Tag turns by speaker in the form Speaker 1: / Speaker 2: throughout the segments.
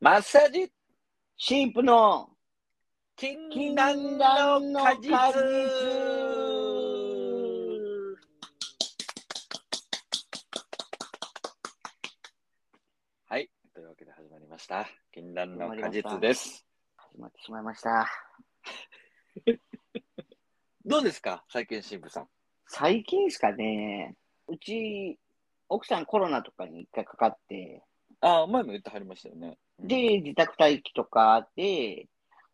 Speaker 1: マッサージ神父の
Speaker 2: 禁
Speaker 1: 禁
Speaker 2: 断
Speaker 1: 断
Speaker 2: の
Speaker 1: の
Speaker 2: 果
Speaker 1: 果
Speaker 2: 実
Speaker 1: 実
Speaker 2: はい。というわけで始まりました。禁断の果
Speaker 1: 始まりました
Speaker 2: 実です。
Speaker 1: 始まってしまいました。
Speaker 2: どうですか最近、神父さん。
Speaker 1: 最近ですかね、うち、奥さんコロナとかに一回かかって、
Speaker 2: ああ、前も言ってはりましたよね。うん、
Speaker 1: で、自宅待機とかで、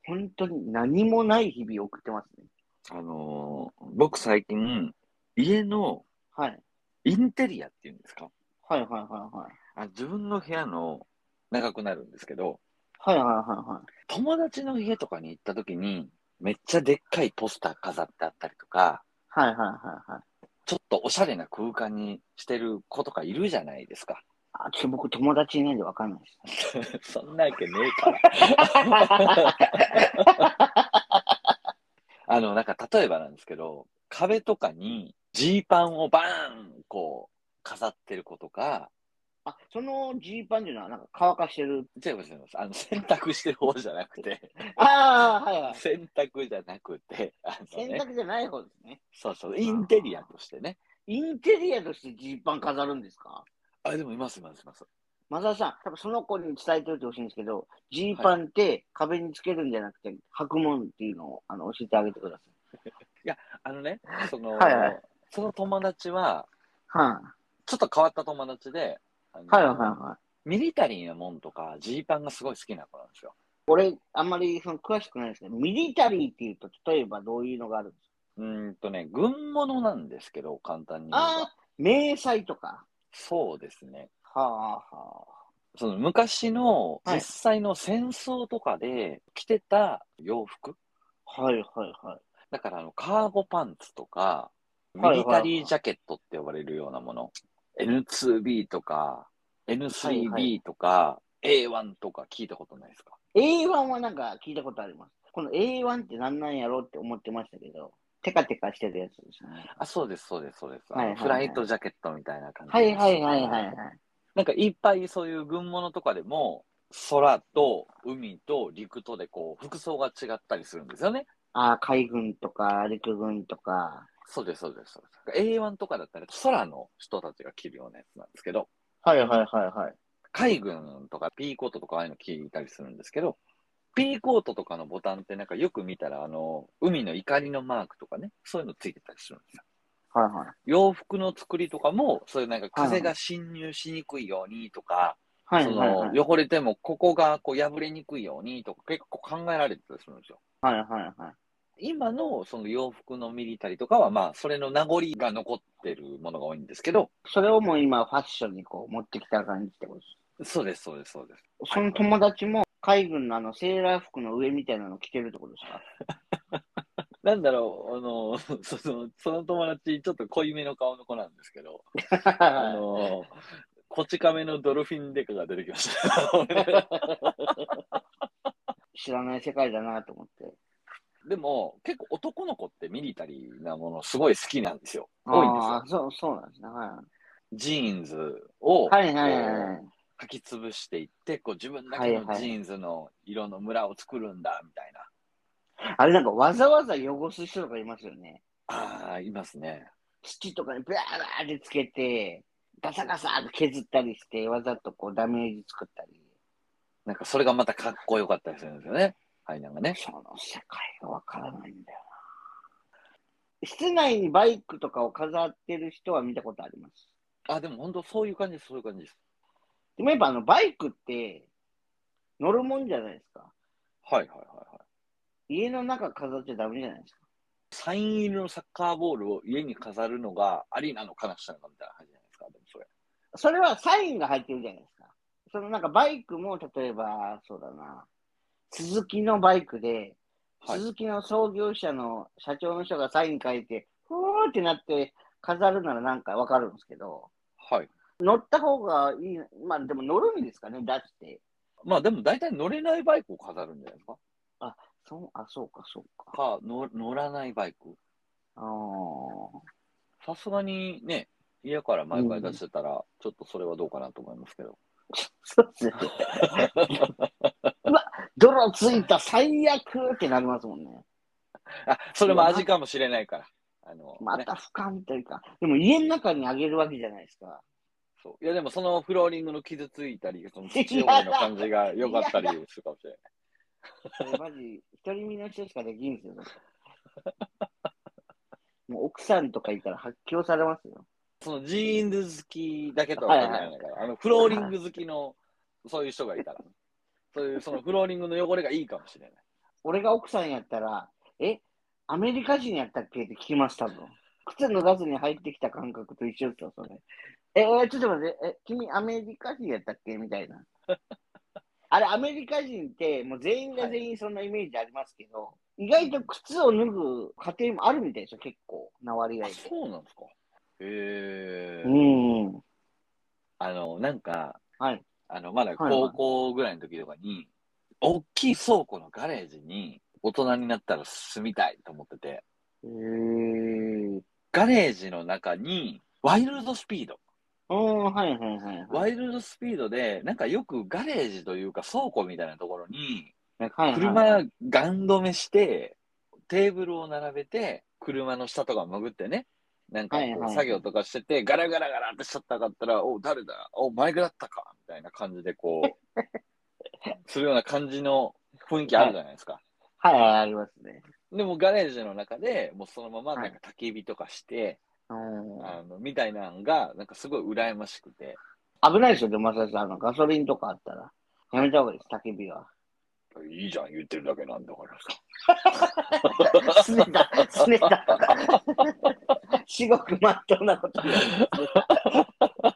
Speaker 1: 本当に何もない日々を送ってますね。
Speaker 2: あのー僕最近、家の
Speaker 1: はい。
Speaker 2: インテリアっていうんですか
Speaker 1: はいはいはいはい。
Speaker 2: あ自分の部屋の長くなるんですけど、
Speaker 1: はいはいはいはい。
Speaker 2: 友達の家とかに行った時に、めっちゃでっかいポスター飾ってあったりとか、
Speaker 1: はいはいはいはい。
Speaker 2: ちょっとおしゃれな空間にしてる子とかいるじゃないですか。
Speaker 1: あ、ちょっと僕友達いないんでわかんないです。
Speaker 2: そんなわけねえから。 あの、なんか例えばなんですけど、壁とかにジーパンをバーンこう飾ってる子とか、
Speaker 1: あ、そのジーパンっていうのはなんか乾かしてる。
Speaker 2: 違います違います。あの、洗濯してる方じゃなくて、
Speaker 1: ああ、はいはい。
Speaker 2: 洗濯じゃなくて、あの
Speaker 1: 洗
Speaker 2: ね、
Speaker 1: 濯じゃない方ですね。
Speaker 2: そうそう、インテリアとしてね。
Speaker 1: インテリアとしてジーパン飾るんですか
Speaker 2: あ、でもいますいますいます。
Speaker 1: マザーさん、多分その子に伝えておいてほしいんですけど、ジーパンって壁につけるんじゃなくて、履くもんっていうのをあの教えてあげてくださ
Speaker 2: あのね、その、
Speaker 1: はいはい
Speaker 2: その友達は、
Speaker 1: い。はい、
Speaker 2: ちょっと変わった友達で、あの
Speaker 1: はいはいはい。
Speaker 2: ミリタリーなもんとか、ジーパンがすごい好きな子なんですよ。
Speaker 1: 俺、あんまりその詳しくないですけど、ミリタリーっていうと、例えばどういうのがあるんですか
Speaker 2: うーんとね、軍物なんですけど、簡単に言えば。
Speaker 1: ああ、迷彩とか。
Speaker 2: そうですね。
Speaker 1: はあは
Speaker 2: その昔の
Speaker 1: はい
Speaker 2: 実際の戦争とかで着てた洋服、
Speaker 1: あ。はいはいはい。
Speaker 2: だからあのカーゴパンツとか、ミ
Speaker 1: はいはいはい
Speaker 2: リタリージャケットって呼ばれるようなもの、N2B とか、
Speaker 1: はいは
Speaker 2: N3B とか、A1 とか聞いたことないですか
Speaker 1: A1 はなんか聞いたことあります。この A1 って何なんやろうって思ってましたけど、テカテカしてるやつですね。
Speaker 2: あ、そうです、そうです、そうです。あの
Speaker 1: はいはいはい
Speaker 2: フライトジャケットみたいな感じ
Speaker 1: はいはいはいはいはい。
Speaker 2: なんかいっぱいそういう軍物とかでも、空と海と陸とでこう、服装が違ったりするんですよね。
Speaker 1: ああ、海軍とか陸軍とか。
Speaker 2: そうです、そうです、そうです。A1 とかだったら空の人たちが着るようなやつなんですけど、
Speaker 1: はいはいはいはい。
Speaker 2: 海軍とかピーコートとかああいうの着たりするんですけど、ピーコートとかのボタンってなんかよく見たら、あの、海の怒りのマークとかね、そういうのついてたりするんですよ。
Speaker 1: はいはい。
Speaker 2: 洋服の作りとかも、そういうなんか風が侵入しにくいようにとか、
Speaker 1: はい
Speaker 2: そ
Speaker 1: はい
Speaker 2: の
Speaker 1: はい。
Speaker 2: 汚れてもここがこう破れにくいようにとか結構考えられてたりするんですよ。
Speaker 1: はいはいはい。
Speaker 2: 今のその洋服のミリタリーとかはまあそれの名残が残ってるものが多いんですけど、
Speaker 1: それをもう今ファッションにこう持ってきた感じってことで
Speaker 2: そうです、そうです、そうです。
Speaker 1: す。その友達も海軍のあのセーラー服の上みたいなの着てるってことですか
Speaker 2: なんだろう、あの、その、その友達ちょっと濃いめの顔の子なんですけど、あの、こち亀のドルフィンデカが出てきました。
Speaker 1: 知らない世界だなと思って。
Speaker 2: でも結構男の子ってミリタリーなものすごい好きなんですよ。多いんです
Speaker 1: あ
Speaker 2: よ
Speaker 1: あ、。そう、そうなんですね。は
Speaker 2: ジーンズを、
Speaker 1: い。はいはいはいはい。
Speaker 2: 書き潰していってこう自分だけの
Speaker 1: はいはい
Speaker 2: ジーンズの色のムラを作るんだみたいな、
Speaker 1: あれなんかわざわざ汚す人とかいますよね。
Speaker 2: ああいますね
Speaker 1: 土とかにブラーってつけて、ガサガサって削ったりして、わざとこうダメージ作ったり。
Speaker 2: なんかそれがまたかっこよかったりするんですよねはいなんかね
Speaker 1: その世界がわからないんだよな。室内にバイクとかを飾ってる人は見たことあります。
Speaker 2: あでも本当そういう感じですそういう感じです
Speaker 1: でもやっぱあのバイクって乗るもんじゃないですか。
Speaker 2: はいはいはいはい
Speaker 1: 家の中飾っちゃダメじゃないですか。
Speaker 2: サイン入りのサッカーボールを家に飾るのがありなのかなしなのかみたいな感じじゃないですかでもそれ
Speaker 1: それはサインが入ってるじゃないですか。そのなんかバイクも例えば、そうだな、鈴木のバイクで、
Speaker 2: はい
Speaker 1: 鈴木の創業者の社長の人がサイン書いて、ふーってなって飾るならなんかわかるんですけど、
Speaker 2: はい
Speaker 1: 乗った方がいい、まあでも乗るんですかね、出して。
Speaker 2: まあでも大体乗れないバイクを飾るんじゃないですか
Speaker 1: そうあ、そうか、そうか。
Speaker 2: かの乗らないバイク
Speaker 1: あー
Speaker 2: さすがにね家から毎回出してたら、ちょっとそれはどうかなと思いますけど
Speaker 1: そうっすね。うわ、泥ついた、最悪ってなりますもんね。
Speaker 2: あ、それも味かもしれないから。あの、
Speaker 1: ま
Speaker 2: ね
Speaker 1: た俯瞰というか、でも家の中にあげるわけじゃないですか。
Speaker 2: そういや、でもそのフローリングの傷ついたり、その土汚れの感じが良かったりするかも しれない。
Speaker 1: これマジ、独り身の人しかできんすよ。もう奥さんとかいたら発狂されますよ。
Speaker 2: そのジーンズ好きだけとは限らないから、あのフローリング好きの、そういう人がいたら、そういう、そのフローリングの汚れがいいかもしれない。
Speaker 1: 俺が奥さんやったら、え、アメリカ人やったっけって聞きましたもん。靴脱がずに入ってきた感覚と一緒ですよ、それ。え、えちょっと待って、え、君アメリカ人やったっけみたいな。 あれ、アメリカ人って、もう全員が全員そんなイメージありますけど、意外と靴を脱ぐ家庭もあるみたいですよ、結構、な割合
Speaker 2: あ、
Speaker 1: で。
Speaker 2: そうなんですか。へえ
Speaker 1: う。んうん。
Speaker 2: あの、なんか、
Speaker 1: はい
Speaker 2: あの、まだ
Speaker 1: はいは
Speaker 2: 高
Speaker 1: い
Speaker 2: 校ぐらいの時とかに、大きい倉庫のガレージに大人になったら住みたいと思ってて、
Speaker 1: へー。
Speaker 2: ガレージの中に、ワイルドスピード。
Speaker 1: うん、はいはいはい。
Speaker 2: ワイルドスピードで、なんかよくガレージというか倉庫みたいなところに、
Speaker 1: なんかはいはい
Speaker 2: 車ガン止めして、テーブルを並べて、車の下とか潜ってね、なんかこう
Speaker 1: はいはい
Speaker 2: 作業とかしてて、ガラガラガラってシャッターがあったら、おう誰だおうマイクだったかみたいな感じでこ う、するような感じの雰囲気あるじゃないですか。
Speaker 1: はいはい、ありますね。
Speaker 2: でもガレージの中でもうそのままなん
Speaker 1: は
Speaker 2: か焚き火とかして、
Speaker 1: う
Speaker 2: あのみたいなのが、なんかすごい羨ましくて、
Speaker 1: ん、危ないですよ、でもまさしあの、ガソリンとかあったら。やめた方がいいです、焚き 火は。
Speaker 2: いいじゃん、言ってるだけなんだからさ。
Speaker 1: すねた、すねた。至極まっとうなこと言う拗ね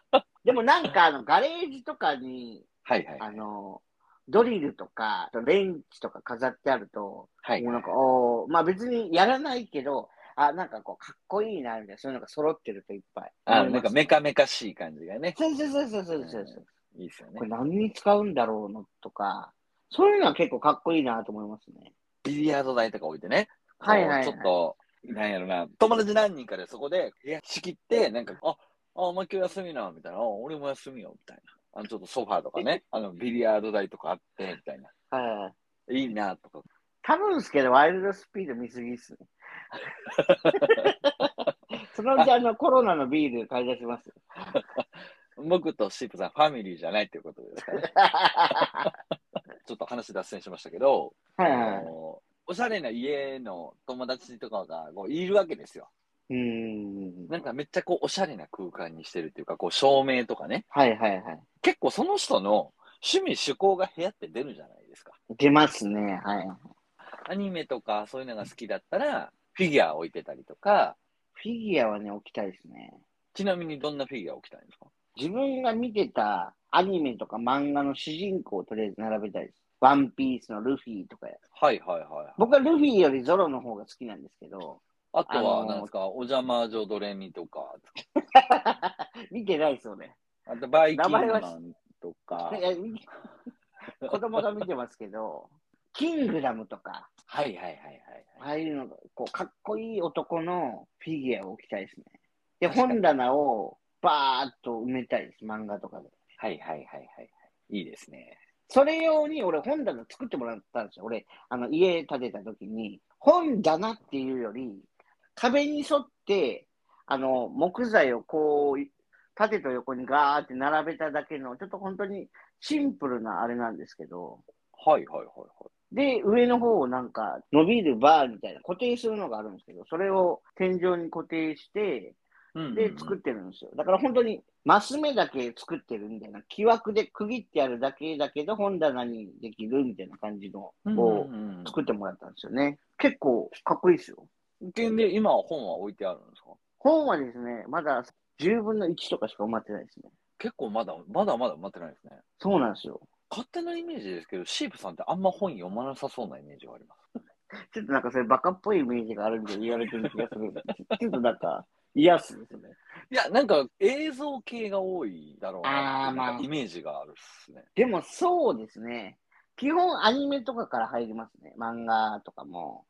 Speaker 1: たでもなんか、あの、ガレージとかに、
Speaker 2: はいはい。
Speaker 1: あの、ドリルとか、レンチとか飾ってあると、
Speaker 2: はい
Speaker 1: もうなんか、おーまあ別にやらないけど、あ、なんかこう、かっこいいな、みたいな、そういうのが揃ってるといっぱい。
Speaker 2: あのなんかメカメカしい感じがね、
Speaker 1: そうそうそうそうそうそうそう。
Speaker 2: いいですよね
Speaker 1: これ。何に使うんだろうのとか、そういうのは結構かっこいいなと思いますね。
Speaker 2: ビリヤード台とか置いてね。
Speaker 1: はいはいはい
Speaker 2: こうちょっと、なんやろな、友達何人かでそこで部屋仕切って、なんか、あ、あ、お前今日休みな、みたいな、あ俺も休みよ、みたいな。あの、ちょっとソファーとか ね、あの、ビリヤード台とかあって、みたいな。
Speaker 1: はい。
Speaker 2: いいな、とか。
Speaker 1: 多分ですけど、ワイルドスピード見すぎっすね。そのうちあのコロナのビール買い出します。
Speaker 2: 僕とシープさん、ファミリーじゃないっていうことですか ね。
Speaker 1: は
Speaker 2: ちょっと話脱線しましたけど、
Speaker 1: いは
Speaker 2: あのおしゃれな家の友達とかがこういるわけですよ。
Speaker 1: い。うーん。
Speaker 2: なんかめっちゃこうおしゃれな空間にしてるっていうか、こう照明とかね。
Speaker 1: はいはいはい。
Speaker 2: 結構その人の趣味趣向が部屋って出るじゃないですか。
Speaker 1: 出ますね。はい。
Speaker 2: アニメとかそういうのが好きだったら、フィギュア置いてたりとか、
Speaker 1: フィギュアはね、置きたいですね。
Speaker 2: ちなみにどんなフィギュア置きたいんですか
Speaker 1: 自分が見てたアニメとか漫画の主人公をとりあえず並べたいです。ワンピースのルフィとかや。
Speaker 2: はいはいはい。
Speaker 1: 僕はルフィよりゾロの方が好きなんですけど、
Speaker 2: あと
Speaker 1: あの
Speaker 2: は
Speaker 1: ー
Speaker 2: 何ですか、お邪魔女ドレミとか、
Speaker 1: 見てないですよね。
Speaker 2: あとバイキンマ
Speaker 1: 名前は
Speaker 2: ンとか、
Speaker 1: いや見て 子供が見てますけど、キングダムとか、
Speaker 2: はいはいはいはい。
Speaker 1: ああいうの、こう、かっこいい男のフィギュアを置きたいですね。で、
Speaker 2: 確かに
Speaker 1: 本棚をバーっと埋めたいです、漫画とかで。
Speaker 2: はいはいはいはいはい。いいですね。
Speaker 1: それ用に俺本棚作ってもらったんですよ。俺、あの、家建てた時に、本棚っていうより、壁に沿って、あの、木材をこう、縦と横にガーって並べただけの、ちょっと本当にシンプルなあれなんですけど、
Speaker 2: はいはいはいはい。
Speaker 1: で、上の方をなんか伸びるバーみたいな固定するのがあるんですけど、それを天井に固定して、
Speaker 2: うんうんうん
Speaker 1: で、作ってるんですよ。だから本当にマス目だけ作ってるみたいな、木枠で区切ってあるだけだけど、本棚にできるみたいな感じの
Speaker 2: うん
Speaker 1: を
Speaker 2: うんうん
Speaker 1: 作ってもらったんですよね。結構かっこいいですよ。
Speaker 2: 一見で今は本は置いてあるんですか
Speaker 1: 本はですね、まだ10分の1とかしか埋まってないですね。
Speaker 2: 結構まだ、まだまだ待ってないですね。
Speaker 1: そうなんですよ。
Speaker 2: 勝手なイメージですけど、シープさんってあんま本読まなさそうなイメージがあります。
Speaker 1: ちょっとなんかそれバカっぽいイメージがあるんで言われてる気がするんで、ちょっとなんか嫌っすね、それ。
Speaker 2: いや、なんか映像系が多いだろうなっていう
Speaker 1: あー
Speaker 2: なんか
Speaker 1: まあ
Speaker 2: イメージがあるっすね。
Speaker 1: でもそうですね。基本アニメとかから入りますね。漫画とかも。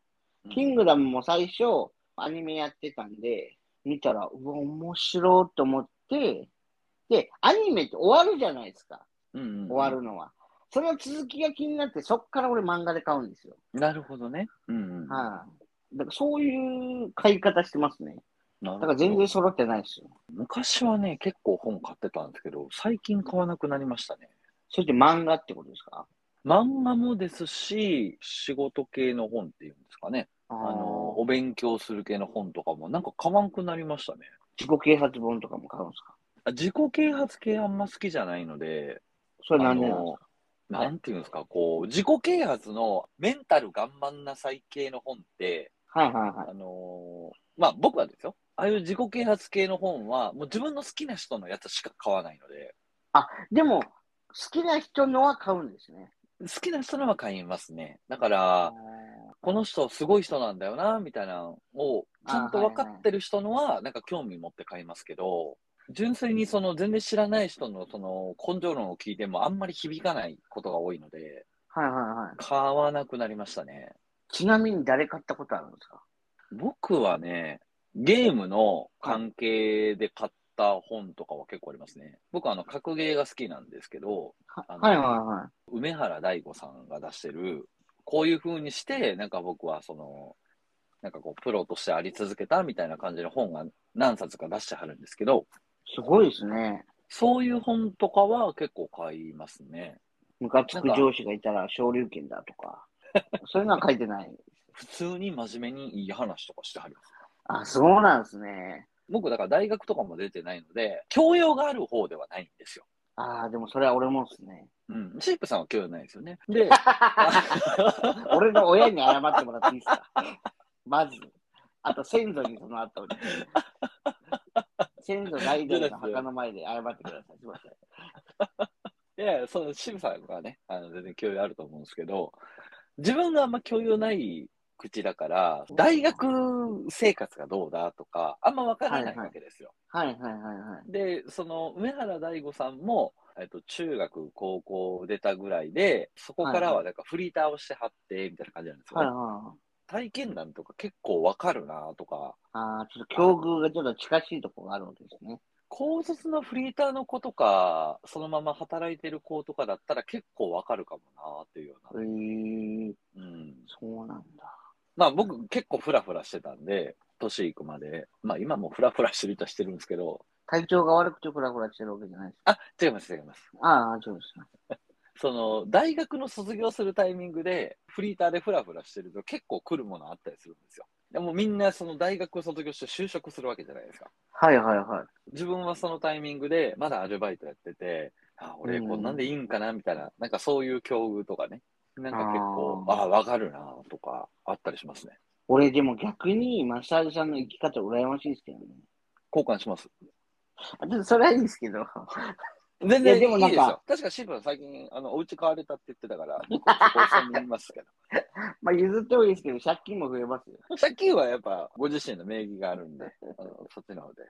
Speaker 1: キングダムも最初アニメやってたんで、見たら、うわ、面白いと思って、で、アニメって終わるじゃないですか。
Speaker 2: うんうん
Speaker 1: 終わるのは。その続きが気になって、そっから俺漫画で買うんですよ。
Speaker 2: なるほどね。うんうん。
Speaker 1: はい、だからそういう買い方してますね。
Speaker 2: なる
Speaker 1: だ
Speaker 2: ほ
Speaker 1: か
Speaker 2: ど
Speaker 1: ら全然揃ってないですよ。
Speaker 2: 昔はね、結構本買ってたんですけど、最近買わなくなりましたね。
Speaker 1: それって漫画ってことですか
Speaker 2: 漫画もですし、仕事系の本っていうんですかね。
Speaker 1: あ
Speaker 2: あの、
Speaker 1: の
Speaker 2: お勉強する系の本とかも、なんか買わんくなりましたね。
Speaker 1: 自己啓発本とかも買うんですか
Speaker 2: あ自己啓発系あんま好きじゃないので、
Speaker 1: それなんでなんです
Speaker 2: の、なんていうんですか、こう、自己啓発のメンタル頑張んなさい系の本って、
Speaker 1: かはいはいはい。
Speaker 2: あのーまあ僕はですよ。ああいう自己啓発系の本は、もう自分の好きな人のやつしか買わないので、
Speaker 1: でも、好きな人のは買うんですね。
Speaker 2: 好きな人のは買いますね。だから、この人すごい人なんだよな、みたいなのを、ちゃんと分かってる人のは、なんか興味持って買いますけど、純粋にその全然知らない人のその根性論を聞いてもあんまり響かないことが多いので、
Speaker 1: はいはいはい。
Speaker 2: 買わなくなりましたね。
Speaker 1: ちなみに誰買ったことあるんですか
Speaker 2: 僕はね、ゲームの関係で買った本とかは結構ありますね。僕はあの、格ゲーが好きなんですけど、あの
Speaker 1: はいはいはい。
Speaker 2: 梅原大吾さんが出してる、こういう風にして、なんか僕はその、なんかこう、プロとしてあり続けたみたいな感じの本が何冊か出してはるんですけど、
Speaker 1: すごいですね。
Speaker 2: そういう本とかは結構買いますね。
Speaker 1: ムカつく上司がいたら昇竜拳だと か。そういうのは書いてない。
Speaker 2: 普通に真面目にいい話とかしてはります。
Speaker 1: あ、そうなんですね。
Speaker 2: 僕、だから大学とかも出てないので、教養がある方ではないんですよ。
Speaker 1: ああ、でもそれは俺もですね。
Speaker 2: うん。シープさんは教 養ないですよね。で、
Speaker 1: 俺の親に謝ってもらっていいです かまず。あと先祖にその 後に。先祖代々の墓の前で謝ってください。すいません。
Speaker 2: いやいや、その渋さんはね、あの全然教養あると思うんですけど、自分があんま教養ない口だから、大学生活がどうだとか、あんまわからな
Speaker 1: はい
Speaker 2: い
Speaker 1: はい
Speaker 2: わけですよ。
Speaker 1: はいはいはいはい。
Speaker 2: で、その梅原大吾さんも、えっと、中学、高校出たぐらいで、そこからはなんかフリーターをしてはって、みたいな感じなんですよ、
Speaker 1: はいはいはい。
Speaker 2: 体験談とか結構わかるなとか、
Speaker 1: ああ、ちょっと境遇がちょっと近しいところがあるわけですね。
Speaker 2: 高卒のフリーターの子とか、そのまま働いてる子とかだったら結構わかるかもなっていうよ
Speaker 1: え
Speaker 2: う
Speaker 1: ー、
Speaker 2: な。うん。
Speaker 1: そうなんだ。
Speaker 2: まあ僕結構フラフラしてたんで、年いくまで。まあ今もフラフラしてる人はしてるんですけど、
Speaker 1: 体調が悪くてフラフラしてるわけじゃないです。
Speaker 2: あ、違います違います。
Speaker 1: ああ、そうですね。
Speaker 2: その、大学の卒業するタイミングで、フリーターでフラフラしてると結構来るものあったりするんですよ。でもみんなその大学を卒業して就職するわけじゃないですか。
Speaker 1: はいはいはい。
Speaker 2: 自分はそのタイミングで、まだアルバイトやってて、あ、俺こんなんでいいんかなみたいな、なんかそういう境遇とかね。なんか結構、
Speaker 1: あー
Speaker 2: ああ、わかるなとか、あったりしますね。
Speaker 1: 俺でも逆にマサルさんの生き方羨ましいですけどね。
Speaker 2: 交換します。
Speaker 1: あ、ちょっとそれはいいんですけ ど。
Speaker 2: 全
Speaker 1: いや
Speaker 2: 然い
Speaker 1: でも
Speaker 2: い
Speaker 1: なん
Speaker 2: で
Speaker 1: か
Speaker 2: すよ。確かシープは最近、あの、お家買われたって言ってたから、僕はそこ一緒になりますけど。
Speaker 1: まあ譲ってもいいですけど、借金も増えますよ。
Speaker 2: 借金はやっぱ、ご自身の名義があるんで、あのそっちの方で。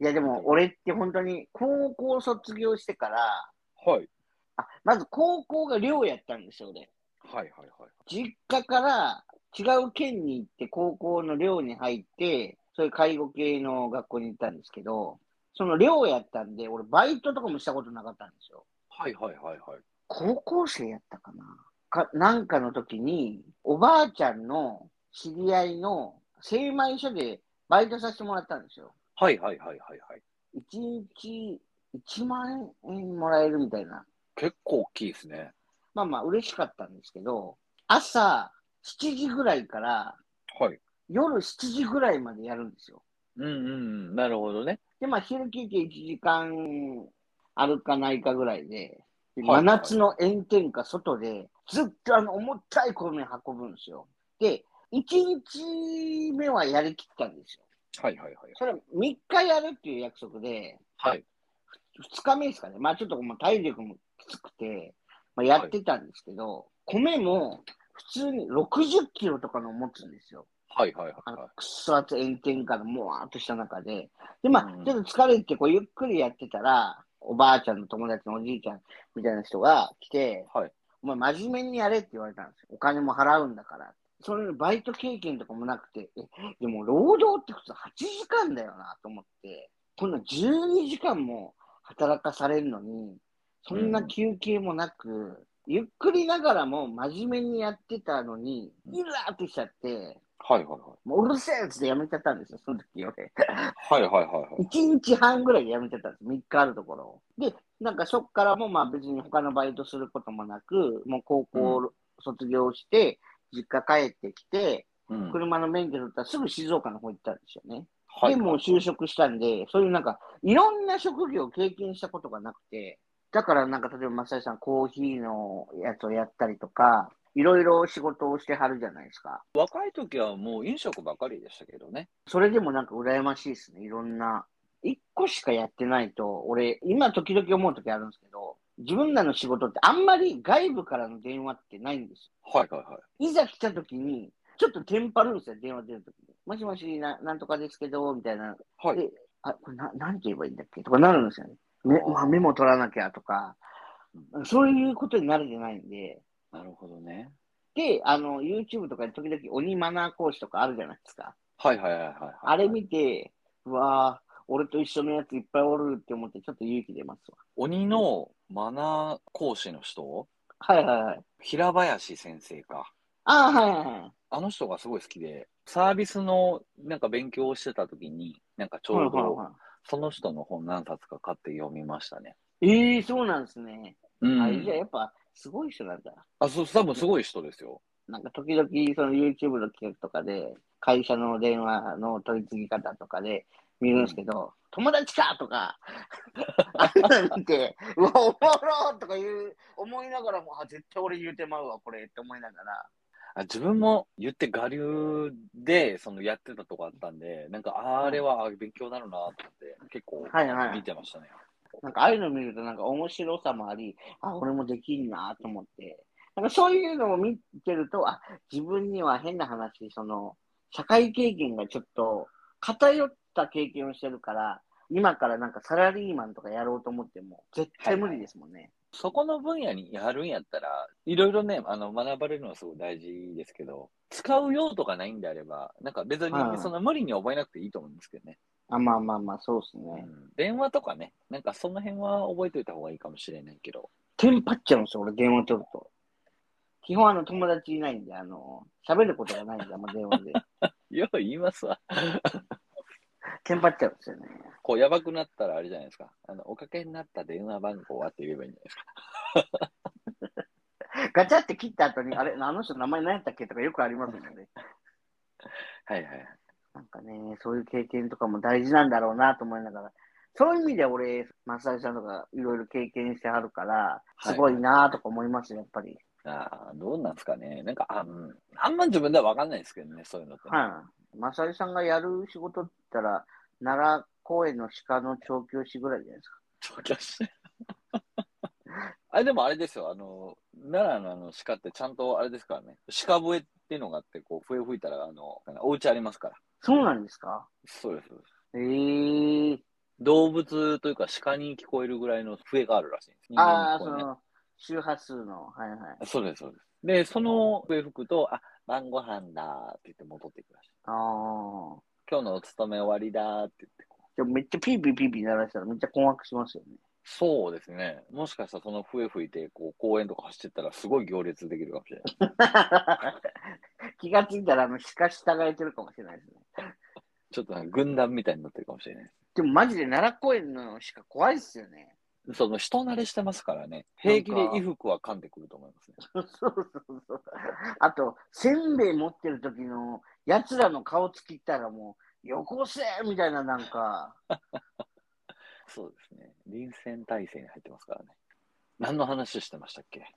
Speaker 1: いやでも俺って本当に高校卒業してから、
Speaker 2: はい。
Speaker 1: あ、まず高校が寮やったんですよ、俺。
Speaker 2: はいはいはい。
Speaker 1: 実家から違う県に行って高校の寮に入って、そういう介護系の学校に行ったんですけど、その寮やったんで、俺バイトとかもしたことなかったんですよ。
Speaker 2: はいはいはいはい。
Speaker 1: 高校生やったかなか、なんかの時に、おばあちゃんの知り合いの精米所でバイトさせてもらったんですよ。
Speaker 2: はいはいはいはいはい。
Speaker 1: 1日1万円もらえるみたいな。
Speaker 2: 結構大きいですね。
Speaker 1: まあまあ嬉しかったんですけど、朝7時ぐらいから
Speaker 2: はい。
Speaker 1: 夜7時ぐらいまでやるんですよ。
Speaker 2: うんうんうん。なるほどね。
Speaker 1: で、まあ、昼休憩1時間あるかないかぐらいで、で
Speaker 2: はいは
Speaker 1: 真
Speaker 2: い
Speaker 1: 夏の炎天下、外で、ずっとあの重たい米運ぶんですよ。で、1日目はやりきったんですよ。
Speaker 2: はいはいはい。
Speaker 1: それは3日やるっていう約束で、
Speaker 2: はい。
Speaker 1: 2日目ですかね。まあ、ちょっともう体力もきつくて、まあ、やってたんですけど、米も普通に60キロとかの持つんですよ。
Speaker 2: はいはいはい
Speaker 1: あの
Speaker 2: は
Speaker 1: くっそ暑い炎天下のもわーっとした中で、で、ま
Speaker 2: う
Speaker 1: あ、
Speaker 2: ん
Speaker 1: ちょっと疲れて、こう、ゆっくりやってたら、おばあちゃんの友達のおじいちゃんみたいな人が来て、
Speaker 2: はい
Speaker 1: お前、真面目にやれって言われたんですよ。お金も払うんだから。それバイト経験とかもなくて、え、でも、労働って普通8時間だよなと思って、こんな12時間も働かされるのに、そんな休憩もなく、ゆっくりながらも真面目にやってたのに、
Speaker 2: うん
Speaker 1: イラーってしちゃって、
Speaker 2: はいはいはい。
Speaker 1: もううるせえっつってやめちゃったんですよ、その時俺。
Speaker 2: はいはいはいはい。
Speaker 1: 1日半ぐらいでやめちゃったんです、3日あるところをで、なんかそっからもまあ別に他のバイトすることもなく、もう高校を卒業して、実家帰ってきて、
Speaker 2: うん
Speaker 1: 車の免許取ったらすぐ静岡の方行ったんですよね。
Speaker 2: はい
Speaker 1: で、もう就職したんで、そういうなんか、いろんな職業を経験したことがなくて、だからなんか、例えば、マサイさん、コーヒーのやつをやったりとか、いろいろ仕事をしてはるじゃないですか。
Speaker 2: 若い時はもう飲食ばかりでしたけどね。
Speaker 1: それでもなんか、羨ましいですね、いろんな。一個しかやってないと、俺、今、時々思う時あるんですけど、自分らの仕事ってあんまり外部からの電話ってないんですよ
Speaker 2: はいはいはい。
Speaker 1: いざ来た時に、ちょっとテンパるんですよ、電話出るときに。もしもしな、なんとかですけど、みたいな。
Speaker 2: はい
Speaker 1: であ、これな、なんて言えばいいんだっけとかなるんですよね。め
Speaker 2: あー
Speaker 1: まあ、メモ取らなきゃとか、そういうことに慣れてないんで。
Speaker 2: なるほどね。
Speaker 1: で、あの、YouTube とかで時々鬼マナー講師とかあるじゃないですか。
Speaker 2: はいはいはいはいはい。
Speaker 1: あれ見て、うわぁ、俺と一緒のやついっぱいおるって思って、ちょっと勇気出ますわ。
Speaker 2: 鬼のマナー講師の人
Speaker 1: はいはいはい。
Speaker 2: 平林先生か。
Speaker 1: あーはいはいはい。
Speaker 2: あの人がすごい好きで、サービスのなんか勉強をしてた時に、なんかち
Speaker 1: は
Speaker 2: ょ
Speaker 1: いうはい
Speaker 2: ど
Speaker 1: は
Speaker 2: その人の本何冊か買って読みましたね。
Speaker 1: い。ええー、そうなんですね。
Speaker 2: う
Speaker 1: あじゃあ
Speaker 2: ん。
Speaker 1: やっぱ、すごい人なんだ。
Speaker 2: あ、そう、多分すごい人ですよ。
Speaker 1: なんか時々その YouTube の企画とかで、会社の電話の取り次ぎ方とかで見るんですけど、友達かと か、あんなの見て、うわ、おもろとかいう、思いながらも、あ、絶対俺言うてまうわ、これって思いながら。
Speaker 2: あ自分も言って我流でそのやってたとこあったんで、なんかあれはあ勉強になるなと思って、結構
Speaker 1: はいはい
Speaker 2: 見てましたね。
Speaker 1: なんかああいうの見るとなんか面白さもあり、あ、俺もできんなと思って。なんかそういうのを見てると、あ、自分には変な話、その、社会経験がちょっと偏った経験をしてるから、今からなんかサラリーマンとかやろうと思っても、絶対無理ですもんね。
Speaker 2: そこの分野にやるんやったら、いろいろね、あの、学ばれるのはすごい大事ですけど、使う用途がないんであれば、なんか別に
Speaker 1: はい
Speaker 2: そんな無理に覚えなくていいと思うんですけどね。
Speaker 1: あ、まあまあまあ、そうですね。
Speaker 2: うん電話とかね、なんかその辺は覚えておいた方がいいかもしれないけど。
Speaker 1: テンパっちゃうんですよ、俺電話取ると。基本あの友達いないんで、あの、喋ることがないんで、あんま電話 で。
Speaker 2: よう言いますわ。
Speaker 1: テンパっちゃうんですよね。
Speaker 2: こう、やばくなったらあれじゃないですか。あの、おかけになった電話番号はって言えばいいんじゃないですか。
Speaker 1: ガチャって切った後に、あれ、あの人名前何やったっけとかよくありますもんね。
Speaker 2: はいはいはい。
Speaker 1: なんかね、そういう経験とかも大事なんだろうなと思いながら、そういう意味では俺、マサイさんとかいろいろ経験してはるから、
Speaker 2: はい
Speaker 1: すごいなとか思いますね、やっぱり。
Speaker 2: ああ、どうなんですかね。なんか、あ,、うん、あんま自分では分かんないですけどね、そういうのって、ね。
Speaker 1: はい。マサイさんがやる仕事って言ったら、奈良公園の鹿の調教師ぐらいじゃないですか。
Speaker 2: 調教師 あれでもあれですよ、あの、奈良のあの鹿ってちゃんとあれですからね、鹿笛っていうのがあって、こう、笛吹いたら、あの、お家ありますから。
Speaker 1: そうなんですか
Speaker 2: そうです。そうです
Speaker 1: ええー。
Speaker 2: 動物というか鹿に聞こえるぐらいの笛があるらしいんです。人間
Speaker 1: あ
Speaker 2: に聞
Speaker 1: あ、そ
Speaker 2: こえない
Speaker 1: の、周波数の、はいはい。
Speaker 2: そうです、そうです。で、その笛吹くと、あ、晩ご飯だーって言って戻っていくらしい。
Speaker 1: ああ。
Speaker 2: 今日のお勤め終わりだーって言って、こう
Speaker 1: でもめっちゃピーピーピーピー鳴らしたらめっちゃ困惑しますよね。
Speaker 2: そうですね。もしかしたらその笛吹いて、こう、公園とか走ってったら、すごい行列できるかもしれない。
Speaker 1: 気がついたら、あの、鹿従えてるかもしれないですね。
Speaker 2: ちょっとなんか軍団みたいになってるかもしれない。
Speaker 1: でもマジで奈良公園の鹿怖いっすよね。
Speaker 2: その人慣れしてますからね、平気で衣服は噛んでくると思いますね。
Speaker 1: そうそうそう。あと、せんべい持ってる時の奴らの顔つきったらもう、よこせみたいななんか、
Speaker 2: そうですね。臨戦態勢に入ってますからね。何の話してましたっけ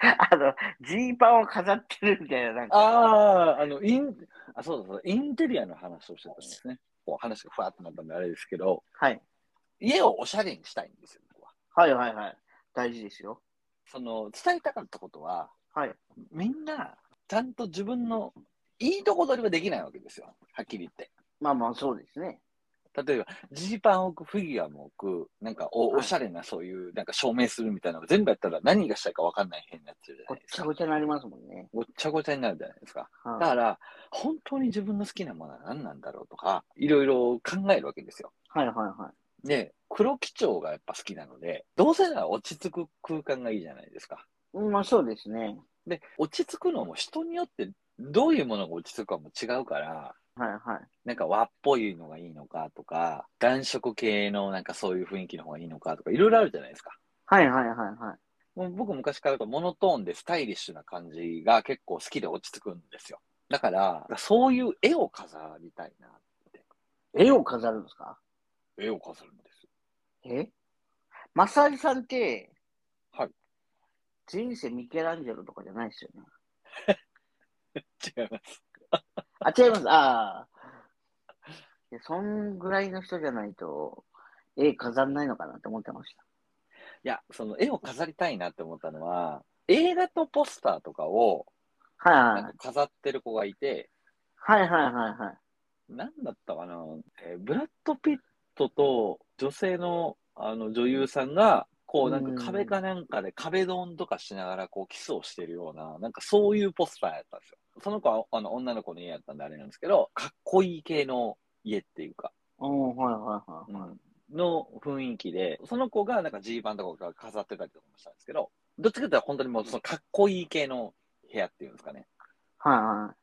Speaker 1: あの、ジーパンを飾ってるみたいななんか。
Speaker 2: ああ、あの、イン、あ、そうだそうだ、インテリアの話をしてたんですね。こう話がふわっとなったんであれですけど、
Speaker 1: はい。
Speaker 2: 家をおしゃれにしたいんですよ、僕は。
Speaker 1: はいはいはい。大事ですよ。
Speaker 2: その、伝えたかったことは、
Speaker 1: はい。
Speaker 2: みんな、ちゃんと自分のいいとこ取りはできないわけですよ。はっきり言って。
Speaker 1: まあまあ、そうですね。
Speaker 2: 例えば、ジーパンを置く、フィギュアも置く、なんかお
Speaker 1: はい
Speaker 2: おしゃれなそういう、なんか証明するみたいなの全部やったら何がしたいか分かんない変になっちゃうじゃ
Speaker 1: ご
Speaker 2: な
Speaker 1: っ
Speaker 2: いです
Speaker 1: ちゃ
Speaker 2: か。
Speaker 1: ごちゃになりますもんね。
Speaker 2: ごっちゃごちゃになるじゃないですか。だ
Speaker 1: は
Speaker 2: か
Speaker 1: い
Speaker 2: ら、本当に自分の好きなものは何なんだろうとか、いろいろ考えるわけですよ。
Speaker 1: はいはいはい。
Speaker 2: で、黒基調がやっぱ好きなので、どうせなら落ち着く空間がいいじゃないですか。
Speaker 1: うんまあそうですね。
Speaker 2: で、落ち着くのも人によってどういうものが落ち着くかも違うから、
Speaker 1: はいはい。
Speaker 2: なんか和っぽいのがいいのかとか、暖色系のなんかそういう雰囲気の方がいいのかとか、いろいろあるじゃないですか。
Speaker 1: はいはいはいはい。
Speaker 2: もう僕昔からモノトーンでスタイリッシュな感じが結構好きで落ち着くんですよ。だから、そういう絵を飾りたいな。
Speaker 1: 絵を飾るんですか
Speaker 2: 絵を飾るんですよ。
Speaker 1: えマサイさんって、
Speaker 2: はい。
Speaker 1: 人生ミケランジェロとかじゃないですよね。
Speaker 2: 違います。
Speaker 1: あ、違います。ああ。いやそんぐらいの人じゃないと、絵飾んないのかなって思ってました。
Speaker 2: いや、その絵を飾りたいなって思ったのは、映画とポスターとかを
Speaker 1: はい
Speaker 2: な
Speaker 1: は
Speaker 2: ん
Speaker 1: い
Speaker 2: か。飾ってる子がいて、
Speaker 1: はいはいはいはい。
Speaker 2: なんだったかな、えーブラッド・ピットと女性のあの女優さんが、こうなんか壁かなんかで壁ドンとかしながらこうキスをしてるような、なんかそういうポスターやったんですよ。その子はあの女の子の家やったんであれなんですけど、かっこいい系の家っていうか、
Speaker 1: おーはいはいはいはい。
Speaker 2: の雰囲気で、その子がなんかジーパンとか飾ってたりとかもしたんですけど、どっちかというと本当にもうそのかっこいい系の部屋っていうんですかね。
Speaker 1: はいは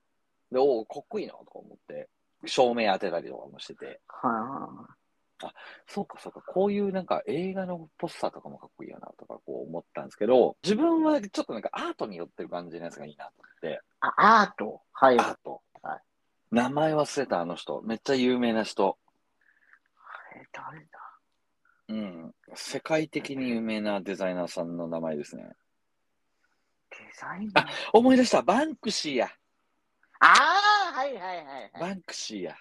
Speaker 1: い。
Speaker 2: で、おお、かっこいいなとか思って、照明当てたりとかもしてて、
Speaker 1: はいはいはい。
Speaker 2: そうかそうか、こういうなんか映画のポスターとかもかっこいいよなとかこう思ったんですけど、自分はちょっとなんかアートによってる感じのやつがいいなと思って、
Speaker 1: あ、アート。はい。
Speaker 2: ア
Speaker 1: は
Speaker 2: ート。
Speaker 1: はい
Speaker 2: 名前忘れたあの人、めっちゃ有名な人。
Speaker 1: い誰だ
Speaker 2: うん。世界的に有名なデザイナーさんの名前ですね。
Speaker 1: デザイナー。
Speaker 2: 思い出した、バンクシーや。
Speaker 1: ああー、はいはいはいはい。
Speaker 2: バンクシーや。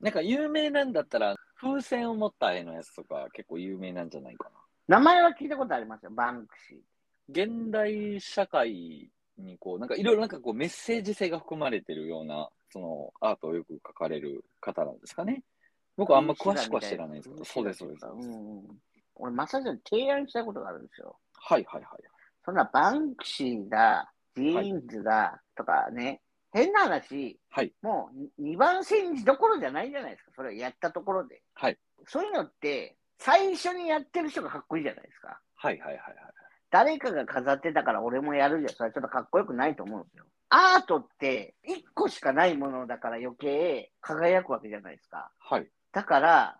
Speaker 2: なんか有名なんだったら、風船を持った絵のやつとか結構有名なんじゃないかな。
Speaker 1: 名前は聞いたことありますよ。バンクシー。
Speaker 2: 現代社会にこう、なんかいろいろなんかこうメッセージ性が含まれてるような、そのアートをよく描かれる方なんですかね。僕はあんま詳しくは知らないですけど、そうです、そうです。
Speaker 1: うんうん。俺、まさしに提案したことがあるんですよ。
Speaker 2: はいはいはい。
Speaker 1: そんなバンクシーだ、ジーンズだ、とかね、変な話、
Speaker 2: はい
Speaker 1: もう2番戦時どころじゃないじゃないですか、それをやったところで。
Speaker 2: はい
Speaker 1: そういうのって、最初にやってる人がかっこいいじゃないですか。
Speaker 2: はいはいはいはい。
Speaker 1: 誰かが飾ってたから俺もやるじゃん、それはちょっとかっこよくないと思うんですよ。アートって1個しかないものだから余計輝くわけじゃないですか。
Speaker 2: はい。
Speaker 1: だから、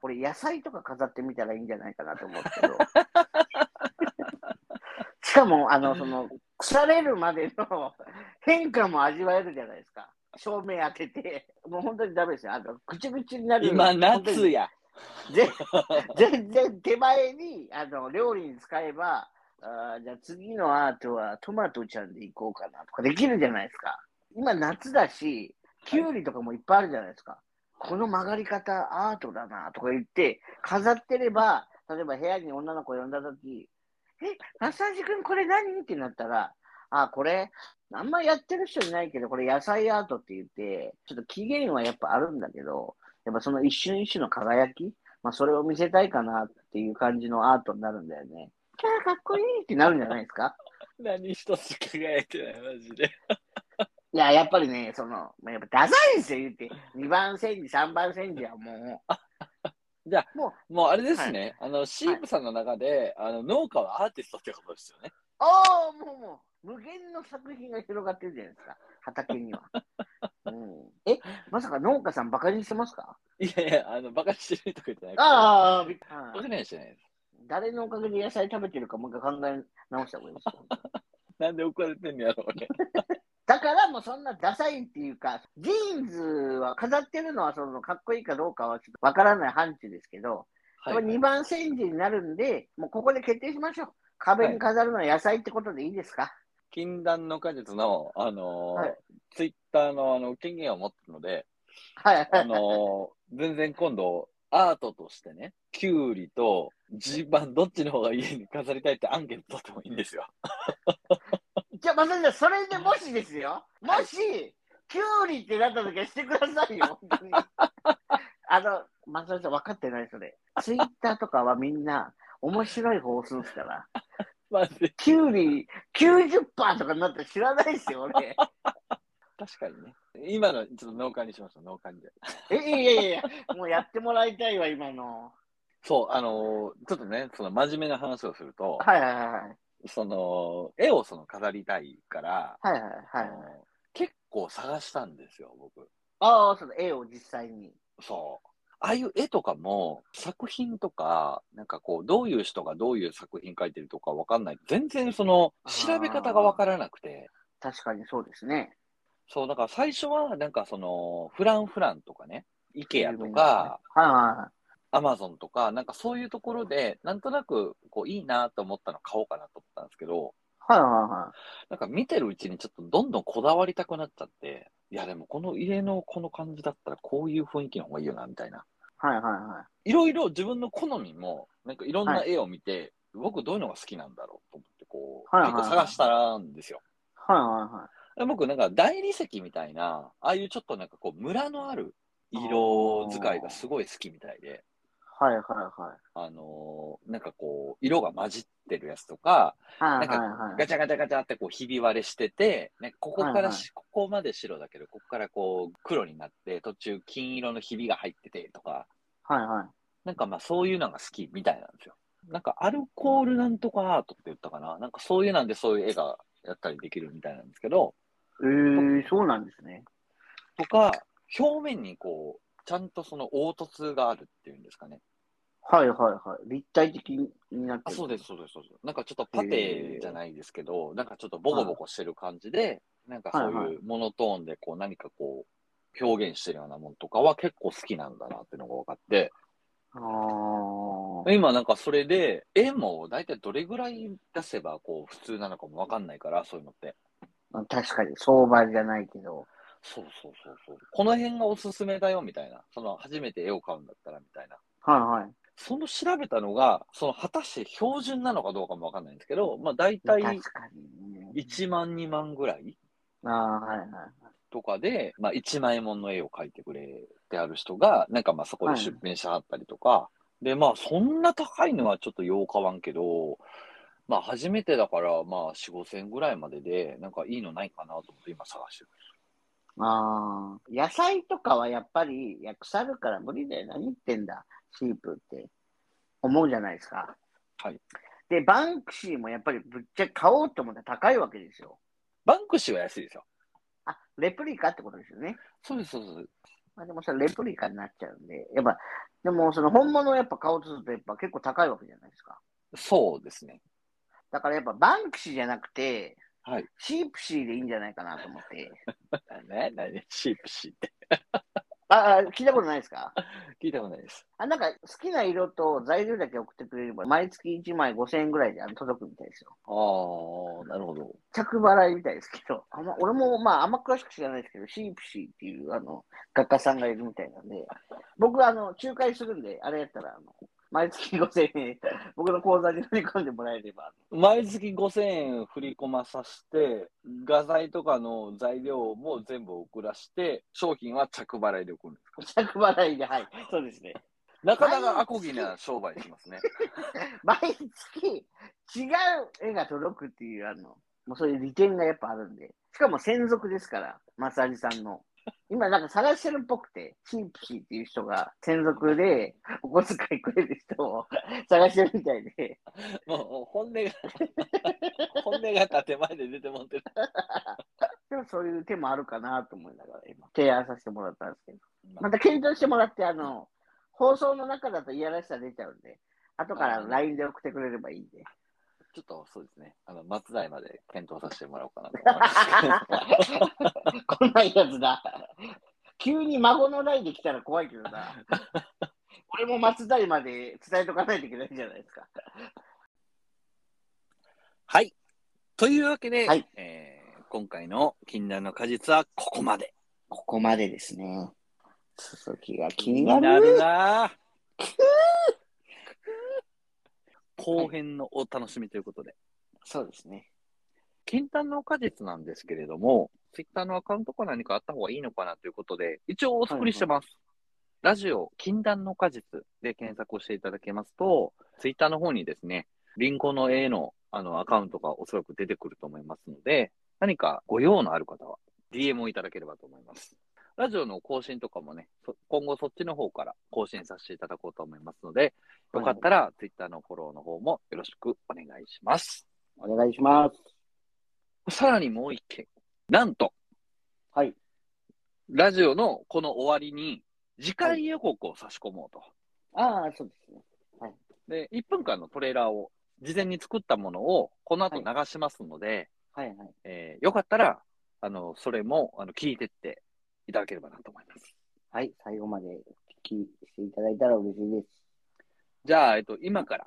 Speaker 1: これ野菜とか飾ってみたらいいんじゃないかなと思う けど。しかも、あの、その、腐れるまでの変化も味わえるじゃないですか。照明当てて、もう本当にダメですよ。あの、くちゅくちゅになる。
Speaker 2: 今、
Speaker 1: 本当
Speaker 2: 夏
Speaker 1: に
Speaker 2: や。
Speaker 1: ぜ全然手前に、あの、料理に使えば、あーじゃあ次のアートはトマトちゃんでいこうかなとかできるじゃないですか。今夏だし、きゅうりとかもいっぱいあるじゃないですか。この曲がり方アートだなとか言って、飾ってれば、例えば部屋に女の子呼んだとき、え、マッサージ君これ何ってなったら、あ、これ、あんまやってる人いないけど、これ野菜アートって言って、ちょっと期限はやっぱあるんだけど、やっぱその一瞬一瞬の輝き、まあそれを見せたいかなっていう感じのアートになるんだよね。キャーかっこい いってなるんじゃないですか
Speaker 2: 何一つ輝いてない、マジで。
Speaker 1: いや、やっぱりね、その、まあやっぱダサいですよ、言って。2番戦時、3番戦時はもう。
Speaker 2: じゃ
Speaker 1: もう、
Speaker 2: もうあれですね、あの、シープさんの中で、あの、農家はアーティストってことですよね。
Speaker 1: おー、もうもう、無限の作品が広がってるじゃないですか、畑には。うん、え、まさか農家さんバカにしてますか
Speaker 2: いやいや、あの、バカにしてるとかじゃなくて。
Speaker 1: ああ、びっ
Speaker 2: バカにはしてないです。
Speaker 1: 誰のおかげで野菜食べてるかもう一回考え直した方がいいですよ。
Speaker 2: なんで怒られてんのやろうね。
Speaker 1: だからもうそんなダサいっていうか、ジーンズは飾ってるのはそのかっこいいかどうかはちょっとわからない範疇ですけど、
Speaker 2: は
Speaker 1: やっぱ2番戦時になるんで、もうここで決定しましょう。壁に飾るのは野菜ってことでいいですか、
Speaker 2: 禁断の果実の、あのー
Speaker 1: はい
Speaker 2: ツイッターのあの権限を持ってるので、
Speaker 1: はい、はい、
Speaker 2: あのー全然今度、アートとしてね、キュウリとジーパン、どっちの方が家に飾りたいってアンケート取ってもいいんですよ。
Speaker 1: じゃあ、まさにそれでもしですよ。もし、キュウリってなった時はしてくださいよ、本当に。 あの、まさにさん分かってない、それ。ツイッターとかはみんな、面白い方をするんですから。
Speaker 2: まず、
Speaker 1: キュウリ90%とかになったら知らないですよ、俺。
Speaker 2: 確かにね。今の、ちょっと農家にしました、農家にで。
Speaker 1: え、 いやいやいや、もうやってもらいたいわ、今の。
Speaker 2: そう、あのーちょっとね、その真面目な話をすると、
Speaker 1: はいはいはいはい。
Speaker 2: その、絵をその飾りたいから、
Speaker 1: はいはいはい
Speaker 2: あ。の結構探したんですよ、僕。
Speaker 1: ああ、その絵を実際に。
Speaker 2: そう。ああいう絵とかも、作品とか、なんかこう、どういう人がどういう作品描いてるとかわかんない。全然その、調べ方がわからなくて。
Speaker 1: 確かにそうですね。
Speaker 2: そう、だから最初は、なんかその、フランフランとかね、イケアと
Speaker 1: 有名なやつね
Speaker 2: か、
Speaker 1: はいはいはい。
Speaker 2: アマゾンとか、なんかそういうところで、なんとなく、こう、いいなと思ったの買おうかなと思ったんですけど、
Speaker 1: はいはいはい。
Speaker 2: なんか見てるうちにちょっとどんどんこだわりたくなっちゃって、いやでもこの家のこの感じだったらこういう雰囲気の方がいいよな、みたいな。
Speaker 1: はいはいはい。
Speaker 2: いろいろ自分の好みも、なんかいろんな
Speaker 1: は
Speaker 2: 絵を見て、僕どういうのが好きなんだろうと思って、こう、
Speaker 1: はいはいはい
Speaker 2: 結構探したんですよ。
Speaker 1: はいはいはい。
Speaker 2: で僕なんか大理石みたいな、ああいうちょっとなんかこう、ムラのある色使いがすごい好きみたいで。
Speaker 1: はいはいはい。
Speaker 2: あのーなんかこう、色が混じってるやつとか、
Speaker 1: はいはい
Speaker 2: ガチャガチャガチャってこう、ひび割れしてて、ね、ここからし、
Speaker 1: はいはい
Speaker 2: ここまで白だけど、ここからこう、黒になって、途中金色のひびが入っててとか、
Speaker 1: はい。はいはい。
Speaker 2: なんかまあそういうのが好きみたいなんですよ。なんかアルコールなんとかアートって言ったかな。なんかそういうなんでそういう絵がやったりできるみたいなんですけど、
Speaker 1: えー、そうなんですね。
Speaker 2: とか、表面にこう、ちゃんとその凹凸があるっていうんですかね。
Speaker 1: はいはいはい。立体的になっ
Speaker 2: あ、
Speaker 1: てる。
Speaker 2: そうです、。そうです、そうです。なんかちょっとパテじゃないですけど、なんかちょっとボコボコしてる感じで、なんかそう
Speaker 1: はい
Speaker 2: いうモノトーンでこう何かこう表現してるようなものとかは結構好きなんだなっていうのが分かって、
Speaker 1: あー
Speaker 2: 今なんかそれで絵も大体どれぐらい出せばこう普通なのかも分かんないから、そういうのって。
Speaker 1: 確かに、相場じゃないけど。
Speaker 2: そうそうそうそう。この辺がおすすめだよみたいな。その初めて絵を買うんだったらみたいな。
Speaker 1: はいはい。
Speaker 2: その調べたのが、その果たして標準なのかどうかも分かんないんですけど、まあ大
Speaker 1: 確
Speaker 2: 体
Speaker 1: かにね。
Speaker 2: 1万2万ぐらい
Speaker 1: ああ、はいはい。
Speaker 2: とかで、まあ、一枚もんの絵を描いてくれてある人が、なんかまあそこで出品しはったりとか、で、まあそんな高いのはちょっとよう買わんけど、まあ初めてだから、まあ4、5千円ぐらいまでで、なんかいいのないかなと思って今探してる。
Speaker 1: ああ。野菜とかはやっぱり、いや腐るから無理だよ。何言ってんだ、シープって。思うじゃないですか。
Speaker 2: はい。
Speaker 1: で、バンクシーもやっぱりぶっちゃけ買おうと思ったら高いわけですよ。
Speaker 2: バンクシーは安いですよ。
Speaker 1: あ、レプリカってことですよね。
Speaker 2: そうです、そうです。
Speaker 1: まあ、でもそれレプリカになっちゃうんで、やっぱ、でもその本物をやっぱ買おうとするとやっぱ結構高いわけじゃないですか。
Speaker 2: そうですね。
Speaker 1: だからやっぱバンクシーじゃなくて、
Speaker 2: はい。
Speaker 1: シープシーでいいんじゃないかなと思って。
Speaker 2: ね、何シープシーって。
Speaker 1: ああ、聞いたことないですか
Speaker 2: 聞いたことないです。
Speaker 1: あなんか好きな色と材料だけ送ってくれれば、毎月1枚5000円ぐらいであの届くみたいですよ。
Speaker 2: ああ、なるほど。
Speaker 1: 着払いみたいですけど、あんま、俺もまああんま詳しく知らないですけど、シープシーっていうあの画家さんがいるみたいなんで、僕はあの仲介するんで、あれやったらあの毎月5000円、僕の口座に振り込んでもらえれば、
Speaker 2: 毎月5000円振り込まさせて、画材とかの材料も全部送らして、商品は着払いで送るんですか
Speaker 1: 着払いで、はい、そうですね。
Speaker 2: なかなかアコギな商売し ますね。
Speaker 1: 毎月違う絵が届くっていう、あの、もうそういう利点がやっぱあるんで。しかも専属ですから、マサリさんの。今なんか探してるっぽくて、シープシーっていう人が専属でお小遣いくれる人を 探してるみたいで、
Speaker 2: もう本音が、 本音が建前で出てもってる。
Speaker 1: でもそういう手もあるかなと思いながら今、提案させてもらったんですけど。また検討してもらって、あの、放送の中だといやらしさ出ちゃうんで、後から LINE で送ってくれればいいんで。
Speaker 2: ちょっとそうですね。あの、松代まで検討させてもらおうかなと 思いますけど
Speaker 1: 来ないやつだ。急に孫の代で来たら怖いけどな。俺も松代まで伝えとかないといけないじゃないですか。
Speaker 2: はい。というわけで、
Speaker 1: はい
Speaker 2: えー今回の禁断の果実はここまで。
Speaker 1: ここまでですね。続きが気
Speaker 2: 気に
Speaker 1: に
Speaker 2: な
Speaker 1: なる。
Speaker 2: るなぁ後編のお楽しみということで。
Speaker 1: そうですね。
Speaker 2: 禁断の果実なんですけれども、ツイッターのアカウントか何かあった方がいいのかなということで、一応お作りしてます。ラジオ禁断の果実で検索をしていただけますと、ツイッターの方にですね、リンゴの A のあのアカウントがおそらく出てくると思いますので、何かご用のある方は、 DM をいただければと思います。ラジオの更新とかもね、そ今後そっちの方から更新させていただこうと思いますので、よかったら Twitter のフォローの方もよろしくお願いします。
Speaker 1: お願いします。
Speaker 2: さらにもう一件。なんと、
Speaker 1: はい。
Speaker 2: ラジオのこの終わりに、次回予告を差し込もうと。
Speaker 1: ああ、そうですね。
Speaker 2: で、1分間のトレーラーを、事前に作ったものを、この後流しますので、
Speaker 1: はいはい。
Speaker 2: えーよかったら、あの、それも、あの、聞いてっていただければなと思います。
Speaker 1: はい、最後まで聞きしていただいたら嬉しいです。
Speaker 2: じゃあ、えっと、今から、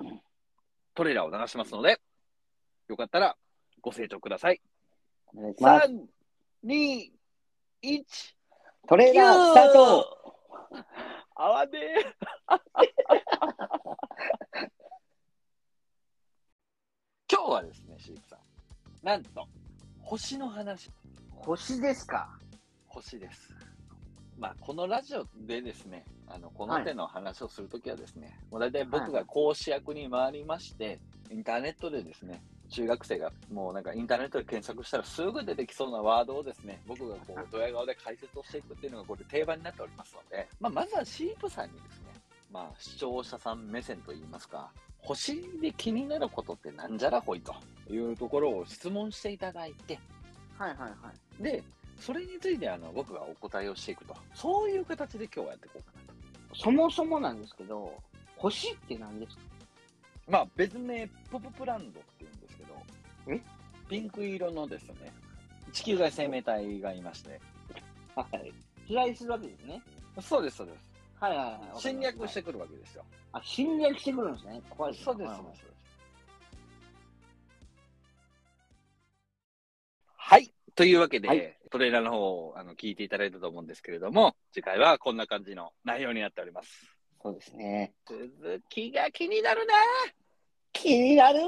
Speaker 2: トレーラーを流しますので、よかったら、ご清聴ください。
Speaker 1: お願いします。
Speaker 2: 3、2、1、
Speaker 1: トレーラースタート
Speaker 2: あわねえ今日はですね、飼育さん。なんと、星の話
Speaker 1: 星ですか
Speaker 2: 星です。まあ、このラジオでですね、あのこの手の話をするときはですね、もう大体僕が講師役に回りまして、インターネットでですね、中学生がもうなんかインターネットで検索したらすぐ出てきそうなワードをですね、僕がこうドヤ顔で解説をしていくっていうのがこれ定番になっておりますので、まあ、まずはシープさんにですね、まあ、視聴者さん目線といいますか、星で気になることってなんじゃらほいというところを質問していただいて、
Speaker 1: はいはいはい。
Speaker 2: で、それについてあの僕がお答えをしていくと、そういう形で今日はやっていこうかなと。
Speaker 1: そもそもなんですけど、星って何ですか
Speaker 2: まあ、別名、ポポプランドっていうんですけど
Speaker 1: え、
Speaker 2: ピンク色のですね、地球外生命体がいまして、
Speaker 1: はい。飛来するわけですね。
Speaker 2: そうです、そうで
Speaker 1: はいはいはい。。
Speaker 2: す。侵略しててくるわけですよ。
Speaker 1: あ、侵略してくるんですね。怖いね
Speaker 2: そうです、
Speaker 1: はい
Speaker 2: そ
Speaker 1: は
Speaker 2: う
Speaker 1: い
Speaker 2: です。はい。というわけで、
Speaker 1: はい
Speaker 2: トレーラーの方をあの聞いていただいたと思うんですけれども、次回はこんな感じの内容になっております。
Speaker 1: そうですね。
Speaker 2: 続きが気になるな
Speaker 1: 気になる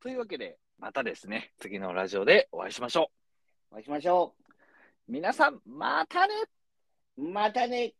Speaker 2: というわけで、またですね、次のラジオでお会いしましょ
Speaker 1: お会いしましょ
Speaker 2: う。皆さん、またね
Speaker 1: う。またね。